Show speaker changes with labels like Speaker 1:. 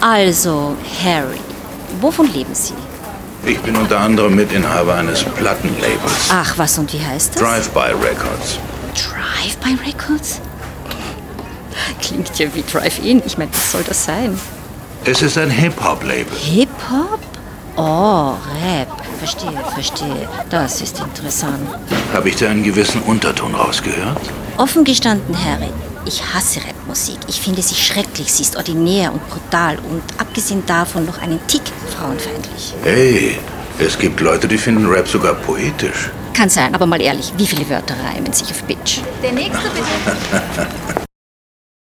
Speaker 1: Also, Harry, wovon leben Sie?
Speaker 2: Ich bin unter anderem Mitinhaber eines Plattenlabels.
Speaker 1: Ach, was und wie heißt das?
Speaker 2: Drive-By Records.
Speaker 1: Drive-By Records? Klingt ja wie Drive-In. Ich meine, was soll das sein?
Speaker 2: Es ist ein Hip-Hop-Label.
Speaker 1: Hip-Hop? Oh, Rap. Verstehe, verstehe. Das ist interessant.
Speaker 2: Habe ich da einen gewissen Unterton rausgehört?
Speaker 1: Offen gestanden, Harry, ich hasse Rapmusik. Ich finde sie schrecklich. Sie ist ordinär und brutal und abgesehen davon noch einen Tick frauenfeindlich.
Speaker 2: Hey, es gibt Leute, die finden Rap sogar poetisch.
Speaker 1: Kann sein, aber mal ehrlich, wie viele Wörter reimen sich auf Bitch?
Speaker 3: Der nächste bitte.